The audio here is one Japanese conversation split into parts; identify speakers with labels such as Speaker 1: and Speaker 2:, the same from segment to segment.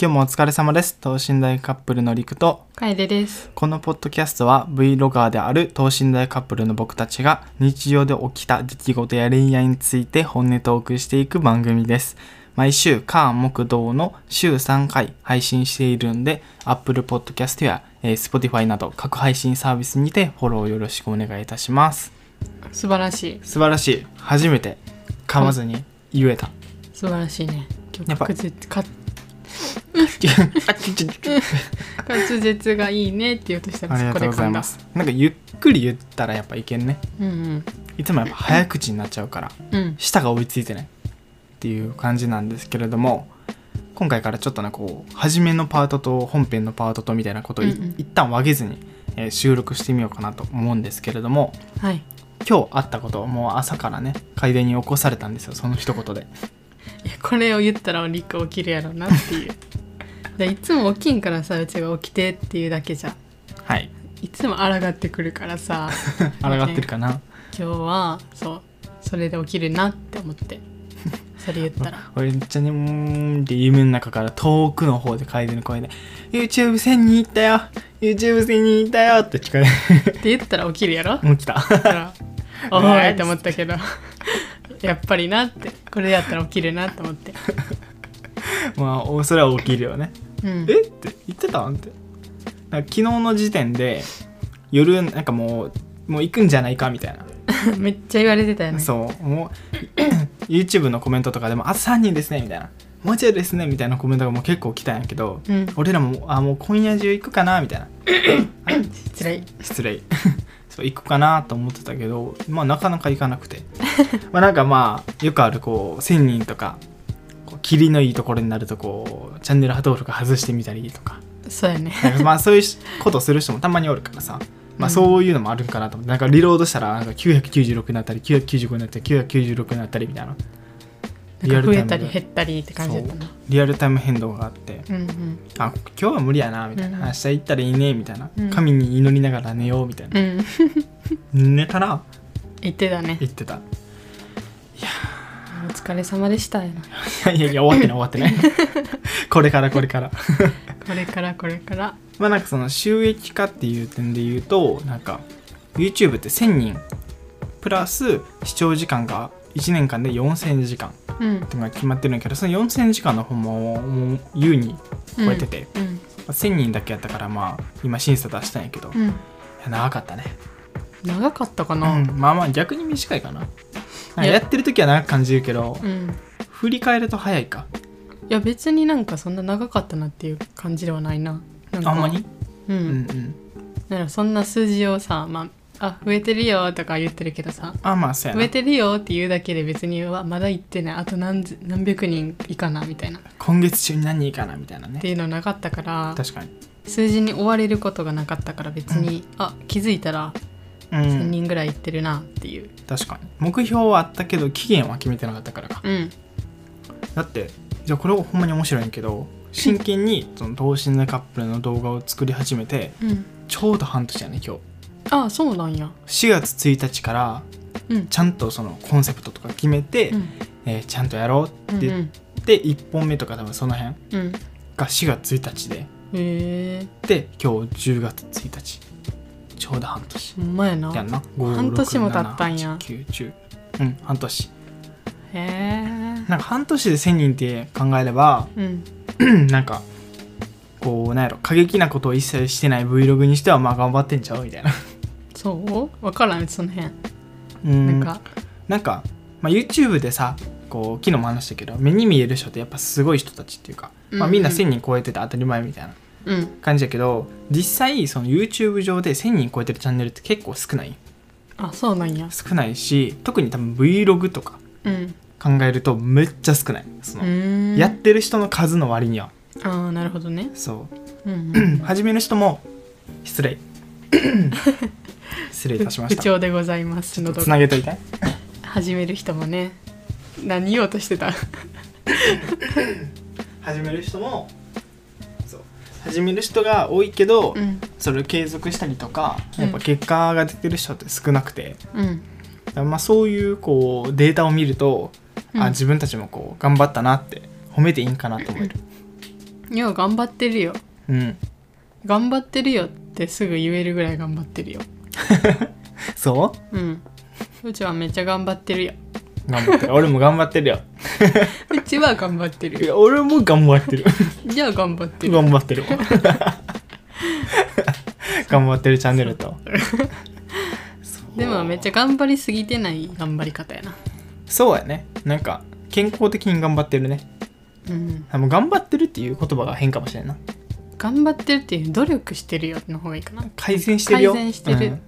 Speaker 1: 今日もお疲れ様です等身大カップルのりくと
Speaker 2: 楓です。
Speaker 1: このポッドキャストは Vlogger である等身大カップルの僕たちが日常で起きた出来事や恋愛について本音トークしていく番組です。毎週、火木道の週3回配信しているんで、Apple Podcast や、えー Spotify など各配信サービスにてフォローよろしくお願いいたします。
Speaker 2: 素晴らしい。
Speaker 1: 素晴らしい。初めて噛まずに言えた。
Speaker 2: 素晴らしいね。今
Speaker 1: やっ
Speaker 2: 日
Speaker 1: ぱ
Speaker 2: 滑 舌か滑舌がいいねって言おうとした
Speaker 1: あ
Speaker 2: ら
Speaker 1: りが
Speaker 2: そこと
Speaker 1: う
Speaker 2: で
Speaker 1: ござ
Speaker 2: 噛
Speaker 1: い
Speaker 2: ん
Speaker 1: ま
Speaker 2: だ。
Speaker 1: す。なんかゆっくり言ったらやっぱいけんね。
Speaker 2: うん
Speaker 1: いつもやっぱ早口になっちゃうから。
Speaker 2: うんうん
Speaker 1: 舌が追いついてないっていう感じなんですけれども今回からちょっとねこう初めのパートと本編のパートとみたいなことをい、
Speaker 2: うんうん
Speaker 1: 一旦分けずに、えー収録してみようかなと思うんですけれども
Speaker 2: はい。
Speaker 1: 今日あったことをもう朝からね楓に起こされたんですよその一言で
Speaker 2: いやこれを言ったらリク起きるやろなっていう。 でいつも起きんからさうちが起きてっていうだけじゃん。
Speaker 1: はい
Speaker 2: いつも抗ってくるか らさ
Speaker 1: 抗ってるかな
Speaker 2: 今日はそうそれで起きるなって思ってそれ言ったら
Speaker 1: 俺めっちゃねうーんって夢の中から遠くの方で楓の声で「YouTube 線に行ったよ YouTube 線に行ったよ」って聞かれ
Speaker 2: って言ったら起きるやろ。
Speaker 1: もう来た
Speaker 2: だからおーいって思ったけどやっぱりなってこれやったら起きるなと思って、
Speaker 1: まあおそれは起きるよね
Speaker 2: うん、
Speaker 1: えって言ってたんってなんか昨日の時点で夜なんかもうもう行くんじゃないかみたいな、
Speaker 2: めっちゃ言われてたよね
Speaker 1: そうもう YouTube のコメントとかでも「あと3人ですね」みたいな「もうちょいですね」みたいなコメントがもう結構来たんやけど、
Speaker 2: うん
Speaker 1: 俺らも「あもう今夜中行くかな」みたいな
Speaker 2: 失礼
Speaker 1: 失礼 そう行くかなと思ってたけどまあなかなか行かな くてまあなんかまあよくあるこう1000人とかこう霧のいいところになるとこうチャンネル登録外してみたりとか
Speaker 2: そうやね
Speaker 1: なん かまあそういうことする人もたまにおるからさ、まあ、
Speaker 2: うん
Speaker 1: そういうのもあるんかなと思ってなんかリロードしたらなんか996になったり995になったり996になったりみたいなリ
Speaker 2: な
Speaker 1: ア
Speaker 2: ん
Speaker 1: ル
Speaker 2: か
Speaker 1: タイ
Speaker 2: 増え
Speaker 1: ム
Speaker 2: たり減ったりって感じだったな
Speaker 1: リアルタイム変動があって
Speaker 2: うんうん
Speaker 1: あ今日は無理やなみたいな、
Speaker 2: うん
Speaker 1: 明日行ったらいいねみたいな、
Speaker 2: うん
Speaker 1: 神に祈りながら寝ようみたいな
Speaker 2: う、ん
Speaker 1: 寝たら
Speaker 2: 言ってたね
Speaker 1: 言ってたい
Speaker 2: お疲れ様でしたやな
Speaker 1: やいやいや終わってない終わってない これからこれから
Speaker 2: これからこれから
Speaker 1: まあなんかその収益化っていう点で言うとなんか YouTube って1000人プラス視聴時間が1年間で4000時間
Speaker 2: うん
Speaker 1: っていうのが決まってるんやけどその4000時間の方ももう優に超えてて、
Speaker 2: うん
Speaker 1: まあ1000人だけやったからまあ今審査出したんやけど、い
Speaker 2: うん
Speaker 1: や長かったね、
Speaker 2: 長かったか
Speaker 1: う、
Speaker 2: なん
Speaker 1: まあまあ逆に短いかななんか
Speaker 2: いや
Speaker 1: やってる時は長く感じるけど
Speaker 2: うん、
Speaker 1: 振り返ると早いか
Speaker 2: いや別になんかそんな長かったなっていう感じではないななんか
Speaker 1: あんまり
Speaker 2: うん、
Speaker 1: うんうん
Speaker 2: なんかそんな数字をさまああ増えてるよとか言ってるけどさ
Speaker 1: あまあそうや
Speaker 2: 増え
Speaker 1: な
Speaker 2: てるよって言うだけで別にうわまだ行ってないあと何ず何百人いかなみたいなっ
Speaker 1: 今月中に何人いいかなみたいなね
Speaker 2: ていうのなかったから
Speaker 1: 確かに、
Speaker 2: 数字に追われることがなかったから別に、あ気づいたら
Speaker 1: う
Speaker 2: 1,000
Speaker 1: ん、
Speaker 2: 人ぐらい行ってるなっていう
Speaker 1: 確かに目標はあったけど期限は決めてなかったからか
Speaker 2: うん
Speaker 1: だってじゃあこれほんまに面白いんやけど真剣にその等身大カップルの動画を作り始めて
Speaker 2: うん
Speaker 1: ちょうど半年やね今日
Speaker 2: あそうなんや
Speaker 1: 4月1日から
Speaker 2: うん
Speaker 1: ちゃんとそのコンセプトとか決めて、
Speaker 2: うん
Speaker 1: えーちゃんとやろう
Speaker 2: う
Speaker 1: っ
Speaker 2: ん
Speaker 1: て
Speaker 2: う
Speaker 1: 言っ
Speaker 2: ん
Speaker 1: て1本目とか多分その辺
Speaker 2: うん
Speaker 1: が4月1日で
Speaker 2: へえ
Speaker 1: で今日10月1日ちょうど半年
Speaker 2: ほんまやな
Speaker 1: やんな
Speaker 2: 半年も経ったんや
Speaker 1: 9うん半年
Speaker 2: へえ
Speaker 1: なんか半年で1000人って考えれば
Speaker 2: う ん
Speaker 1: なんかこうなんやろ過激なことを一切してない Vlog にしてはまあ頑張ってんちゃうみ たいな
Speaker 2: そう分からんその辺
Speaker 1: うん
Speaker 2: なんか
Speaker 1: なんか、まあ、YouTube でさこう昨日も話したけど目に見える人ってやっぱすごい人たちっていうか、まあ、
Speaker 2: うんうん
Speaker 1: みんな1,000人超えてて当たり前みたいな
Speaker 2: うん
Speaker 1: 感じだけど実際その YouTube 上で1,000人超えてるチャンネルって結構少ない
Speaker 2: あそうなんや
Speaker 1: 少ないし特に多分 Vlog とか
Speaker 2: うん
Speaker 1: 考えるとめっちゃ少ないそうの、
Speaker 2: ーん
Speaker 1: やってる人の数の割には
Speaker 2: あーなるほどね
Speaker 1: そ
Speaker 2: うんうん
Speaker 1: う始める人も失 礼失礼いたしま
Speaker 2: 不
Speaker 1: したちょ
Speaker 2: 調でございます
Speaker 1: っ
Speaker 2: の
Speaker 1: と
Speaker 2: ど
Speaker 1: つなげといて
Speaker 2: 始める人もね何言おうとしてた
Speaker 1: 始める人もそう始める人が多いけど、
Speaker 2: うん
Speaker 1: それを継続したりとか
Speaker 2: うん
Speaker 1: やっぱ結果が出てる人って少なくて、
Speaker 2: うん
Speaker 1: まあ、そういうこうデータを見ると、
Speaker 2: うん
Speaker 1: あ自分たちもこう頑張ったなって褒めていいんかなと思える、
Speaker 2: よう頑張ってるよ
Speaker 1: うん
Speaker 2: 頑張ってるよってすぐ言えるぐらい頑張ってるよ
Speaker 1: そ
Speaker 2: うんうちはめっちゃ頑張って るよ
Speaker 1: う頑 張ってる俺も頑張ってるよ
Speaker 2: うちは頑張って
Speaker 1: い
Speaker 2: るよ
Speaker 1: や俺も頑張ってる
Speaker 2: じゃあ頑張ってる
Speaker 1: 頑張ってるわ頑張ってるチャンネルとそう
Speaker 2: でもめっちゃ頑張りすぎてない頑張り方やな
Speaker 1: そうやねなんか健康的に頑張ってるね
Speaker 2: うん
Speaker 1: あもう頑張ってるっていう言葉が変かもしれんな
Speaker 2: 頑張ってるっていう努力してるよの方がいいかな
Speaker 1: 改善してるよ
Speaker 2: 改善してる、
Speaker 1: うん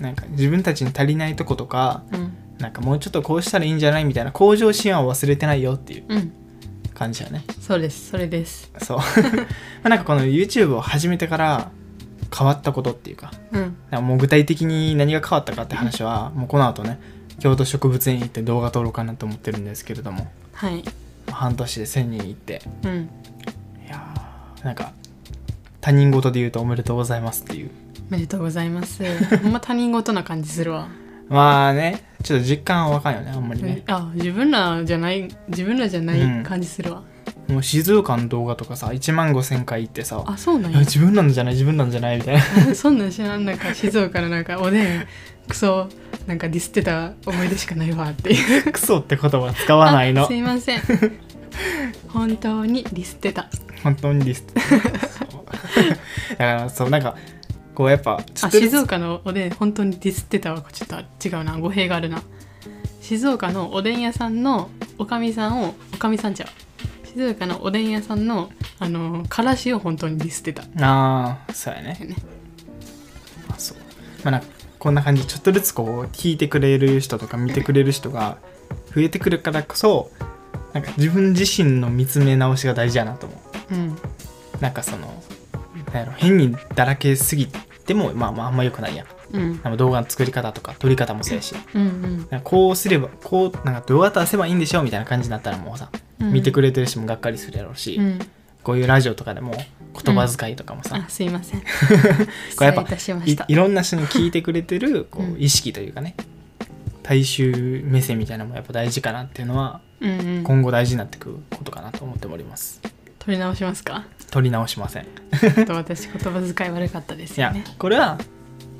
Speaker 1: なんか自分たちに足りないとことか
Speaker 2: うん
Speaker 1: なんかもうちょっとこうしたらいいんじゃないみたいな向上心は忘れてないよっていう
Speaker 2: うん
Speaker 1: 感じだね
Speaker 2: そうですそれです
Speaker 1: そう まあなんかこの YouTube を始めてから変わったことっていうか
Speaker 2: うん
Speaker 1: なんかもう具体的に何が変わったかって話はもうこの後ね京都植物園行って動画撮ろうかなと思ってるんですけれども
Speaker 2: はい
Speaker 1: 半年で1000人行って
Speaker 2: うん
Speaker 1: いやーなんか他人事で言うとおめでとうございますっていう
Speaker 2: おめでとうござい ますほんま他人事な感じするわ、
Speaker 1: まあねちょっと実感はわかんよねあんまりね、
Speaker 2: あ自分らじゃない自分らじゃな
Speaker 1: うん
Speaker 2: い感じするわ、
Speaker 1: もう静岡の動画とかさ1万5000回行ってさ
Speaker 2: あそうなん
Speaker 1: いや
Speaker 2: や
Speaker 1: 自分なんじゃない自分なんじゃないみ たいな
Speaker 2: そんなん知らんなんか静岡のなんかおでんクソなんかディスってた思い出しかないわっていう
Speaker 1: クソって言葉使わない
Speaker 2: あ
Speaker 1: の
Speaker 2: すいま せん本当にディスってた
Speaker 1: 本当にです だからそうなんかこうやっぱ
Speaker 2: あ静岡のおでん本当にディスってたわこれちょっと違うな語弊があるな静岡のおでん屋さんのおかみさんをおかみさんちゃう静岡のおでん屋さんのあのからしを本当にディスってた
Speaker 1: ああそうやね
Speaker 2: ね
Speaker 1: まあそうまあなんかこんな感じでちょっとずつこう聞いてくれる人とか見てくれる人が増えてくるからこそなんか自分自身の見つめ直しが大事やなと思う
Speaker 2: うん
Speaker 1: なんかそのなんやろ変にだらけすぎてもまあまああんま良くないやん
Speaker 2: うん
Speaker 1: なんか動画の作り方とか撮り方もそうやし
Speaker 2: うん
Speaker 1: なんかこうすればこうなんかどうやって出せばいいんでしょうみたいな感じになったらもうさ
Speaker 2: うん
Speaker 1: 見てくれてる人もがっかりするやろうし、
Speaker 2: うん
Speaker 1: こういうラジオとかでも言葉遣いとかもさ、
Speaker 2: あすいません 失
Speaker 1: これやっ
Speaker 2: 礼
Speaker 1: ぱ
Speaker 2: いたしま
Speaker 1: い
Speaker 2: した
Speaker 1: いろんな人に聞いてくれて るこ
Speaker 2: う
Speaker 1: うん意識というかね大衆目線みたいなのもやっぱ大事かなっていうのは
Speaker 2: うんうん
Speaker 1: 今後大事になってくることかなと思っております
Speaker 2: 取り直しますか
Speaker 1: 取り直しませんい
Speaker 2: ちょっと私言葉遣い悪かったですよ
Speaker 1: や
Speaker 2: ね
Speaker 1: これは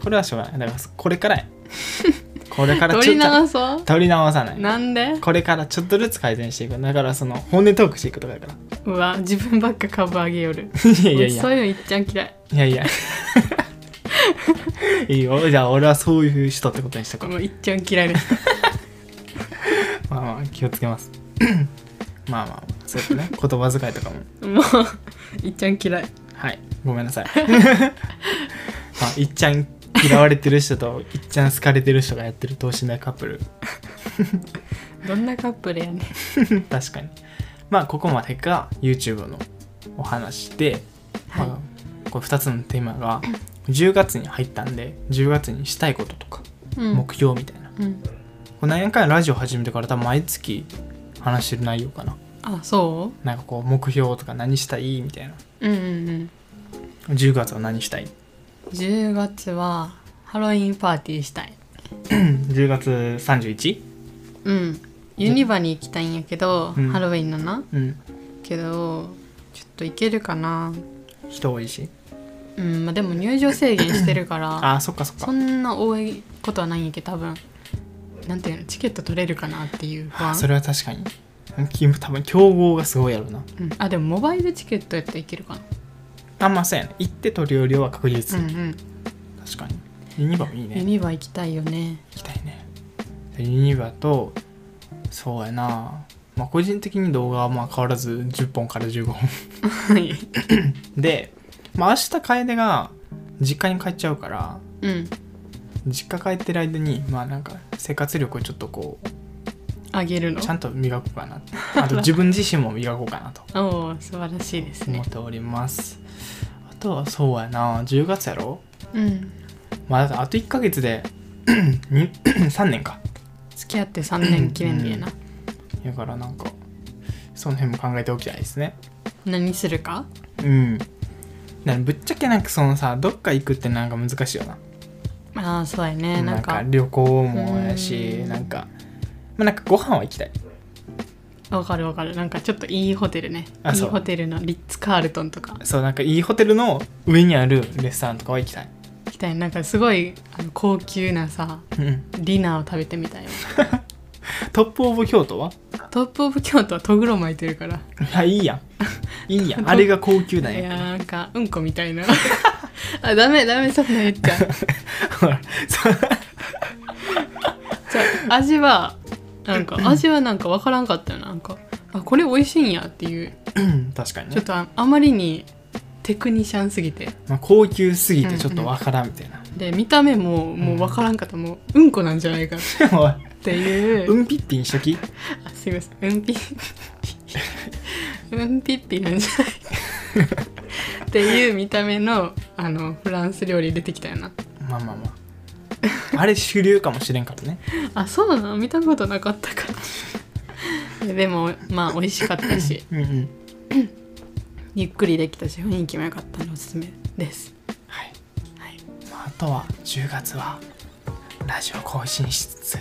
Speaker 1: これはしょうがないだからこれ からやこれからちょっと
Speaker 2: 取り直そう
Speaker 1: 取り直さない
Speaker 2: なんで
Speaker 1: これからちょっとずつ改善していくだからその本音トークしていくとかだから
Speaker 2: うわ自分ばっか株上げよる
Speaker 1: いやいやいや
Speaker 2: そういうのいっちゃん嫌い
Speaker 1: いやいや いいよじゃあ俺はそういう人ってことにしとこう
Speaker 2: もういっちゃん嫌いです
Speaker 1: まあまあ気をつけます まあまあそうです ね言葉遣いとかも
Speaker 2: もういっちゃん嫌い
Speaker 1: はいごめんな さいまあいっちゃん嫌われてる人といっちゃん好かれてる人がやってる等身大カップル
Speaker 2: どんなカップルやね
Speaker 1: 確かにまあここまでが YouTube のお話で、
Speaker 2: はい
Speaker 1: まあ、これ2つのテーマが10月に入ったんで10月にしたいこととか
Speaker 2: うん
Speaker 1: 目標みたいな、
Speaker 2: うん
Speaker 1: この何回ラジオ始めてから多分毎月話してる内容かな
Speaker 2: あそ
Speaker 1: なんかこう目標とか何したいみたいな
Speaker 2: ううんうんうん
Speaker 1: 10月は何したい
Speaker 2: 10月はハロウィンパーティーしたい
Speaker 1: ?10 月 31?
Speaker 2: うんユニバに行きたいんやけど、
Speaker 1: うん
Speaker 2: ハロウィンのな
Speaker 1: うん
Speaker 2: けどちょっと行けるかな
Speaker 1: 人多いし
Speaker 2: うんまあでも入場制限してるか ら
Speaker 1: あーそっかそっ
Speaker 2: そ
Speaker 1: か
Speaker 2: んな多いことはないんやけど多分なんていうのチケット取れるかなっていう不
Speaker 1: あー
Speaker 2: 安
Speaker 1: それは確かにき多分競合がすごいやろうな
Speaker 2: うん、あでもモバイルチケットやったらいけるかな
Speaker 1: あんまあそうやね行って取るよりは確実、
Speaker 2: うんうん
Speaker 1: 確かにユニバもいい
Speaker 2: ユ
Speaker 1: ね
Speaker 2: ニバ行きたいよね
Speaker 1: 行きたいねでユニバとそうやなまあ個人的に動画はまあ変わらず10本から15本
Speaker 2: はい
Speaker 1: で、まあ、明日楓が実家に帰っちゃうから
Speaker 2: うん
Speaker 1: 実家帰ってる間にまあなんか生活力をちょっとこう
Speaker 2: あげるの
Speaker 1: ちゃんと磨こうかなってあと自分自身も磨こうかなと
Speaker 2: おお素晴らしいです
Speaker 1: 思っ
Speaker 2: ね
Speaker 1: ておりますあとはそうやな10月やろ
Speaker 2: うん
Speaker 1: まあだからあと1ヶ月で に 3年か
Speaker 2: 付き合って3年記念日やな、
Speaker 1: だからなんかその辺も考えておきたいですね
Speaker 2: 何するか
Speaker 1: うんだからぶっちゃけなんかそのさどっか行くってなんか難しいよな
Speaker 2: ああそうやねなんか
Speaker 1: 旅行もやし
Speaker 2: うん
Speaker 1: なんかまあなんかご飯は行きたい
Speaker 2: わかるわかるなんかちょっといいホテルね
Speaker 1: あ
Speaker 2: いい
Speaker 1: そう
Speaker 2: ホテルのリッツ・カールトンとか
Speaker 1: そうなんかいいホテルの上にあるレストランとかは行きたい
Speaker 2: 行きたいなんかすごいあの高級なさ
Speaker 1: うん
Speaker 2: ディナーを食べてみ たいわ
Speaker 1: トップオブ京都は
Speaker 2: トップ・オブ・京都はトグロ巻いてるから
Speaker 1: あいいやんいい やんあれが高級なん
Speaker 2: いや
Speaker 1: や
Speaker 2: ーなんかうんこみたいな あダメダメそんな言っちゃう
Speaker 1: ほらそう
Speaker 2: じゃあ味はなん か味はなんかわからんかったよななんかあこれ美味しいんやっていう
Speaker 1: うん確かに
Speaker 2: ちょ
Speaker 1: ね
Speaker 2: っ、とああまりにテクニシャンすぎて
Speaker 1: まあ、高級すぎてちょっとわからんみたいな、
Speaker 2: で見た目ももうわからんかったもううんこなんじゃないかっ
Speaker 1: でも
Speaker 2: ていう、
Speaker 1: うんぴっぴにしとき
Speaker 2: あすいませんうんぴうんぴっぴなんじゃないかっていう見た目のあのフランス料理出てきたよな
Speaker 1: まあ まあまああれ主流かもしれんからね
Speaker 2: あそうなの見たことなかったから でもまあ美味しかっ たし
Speaker 1: うんうん
Speaker 2: ゆっくりできたし雰囲気も良かったのでおすすめです
Speaker 1: はい、
Speaker 2: はい
Speaker 1: まあ、あとは10月はラジオ更新しつつ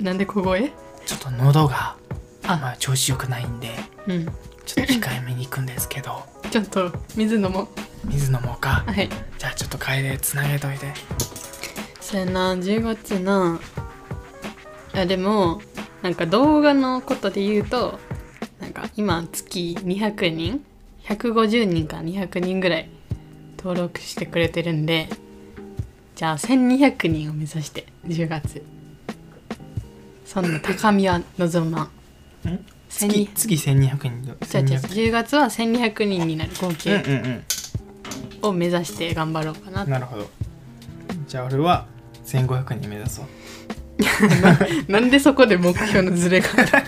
Speaker 2: なんで小声
Speaker 1: ちょっと喉が
Speaker 2: あ
Speaker 1: まあ調子良くないんで
Speaker 2: うん
Speaker 1: ちょっと控えめに行くんですけ ど
Speaker 2: ちょっと水飲もう
Speaker 1: 水飲もうか
Speaker 2: はい
Speaker 1: じゃあちょっと楓つなげといて
Speaker 2: そやな10月ないやでもなんか動画のことで言うとなんか今月200人150人か200人ぐらい登録してくれてるんでじゃあ1200人を目指して10月そんな高みは望まん
Speaker 1: ん
Speaker 2: 千
Speaker 1: 次
Speaker 2: 二
Speaker 1: 次1200人
Speaker 2: じゃあじゃあ
Speaker 1: 1200
Speaker 2: 10月は1200人になる合
Speaker 1: うん
Speaker 2: 計
Speaker 1: うん
Speaker 2: を目指して頑張ろうかな
Speaker 1: うんなるほどじゃあ俺は1500人目指そう
Speaker 2: なんでそこで目標のズレが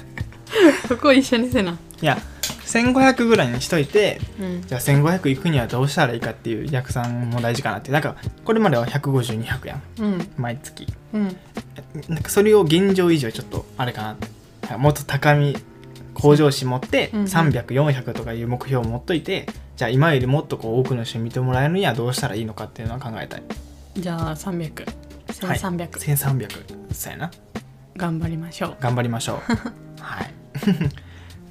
Speaker 2: そこ一緒にせな、
Speaker 1: いや1500ぐらいにしといて
Speaker 2: うん、
Speaker 1: じゃあ1500行くにはどうしたらいいかっていう逆算も大事かなってなんかこれまでは150200やん
Speaker 2: うん
Speaker 1: 毎月
Speaker 2: うん
Speaker 1: なんかそれを現状以上ちょっとあれかなってもっと高み向上心持って
Speaker 2: うんうん
Speaker 1: 300400とかいう目標を持っといてじゃあ今よりもっとこう多くの人に見てもらえるにはどうしたらいいのかっていうのは考えたい
Speaker 2: じゃあ300 1300、
Speaker 1: 1300そうやな
Speaker 2: 頑張りましょう
Speaker 1: 頑張りましょう はい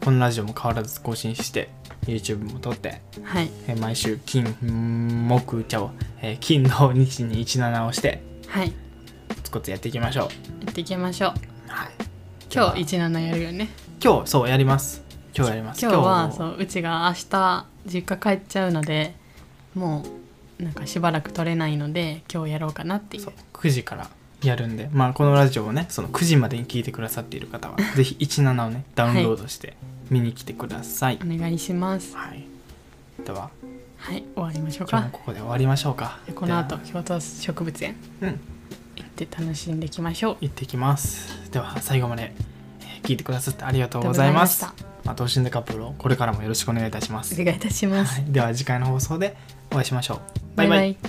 Speaker 1: このラジオも変わらず更新して YouTube も撮って
Speaker 2: はい
Speaker 1: えー毎週金ん木ちゃう、えー金土日に17をして
Speaker 2: はいや
Speaker 1: コツコツやっていきましょ
Speaker 2: っていきましょう
Speaker 1: う、はい、
Speaker 2: 今日17やるよね
Speaker 1: 今日そうやります今日やります
Speaker 2: 今日は
Speaker 1: 今
Speaker 2: そううちが明日実家帰っちゃうのでもうなんかしばらく取れないので今日やろうかなってい
Speaker 1: そうう9時からやるんでまあこのラジオをねその9時までに聞いてくださっている方 はぜひ17をねダウンロードして見に来てください
Speaker 2: お、願いします
Speaker 1: はいでは
Speaker 2: はい終わりましょう
Speaker 1: 今日も
Speaker 2: か
Speaker 1: ここで終わりましょうか
Speaker 2: でこの後京都植物園
Speaker 1: ではうん
Speaker 2: 行って楽しんでいきましょう
Speaker 1: 行ってきますでは最後までえー聞いてくださってありがとうございます
Speaker 2: ありがとう
Speaker 1: まあ等身大カップルをこれからもよろしくお願いいたします
Speaker 2: お願いいたしま
Speaker 1: は
Speaker 2: す
Speaker 1: い、では次回の放送でお会いしましょう。バイバイ
Speaker 2: イ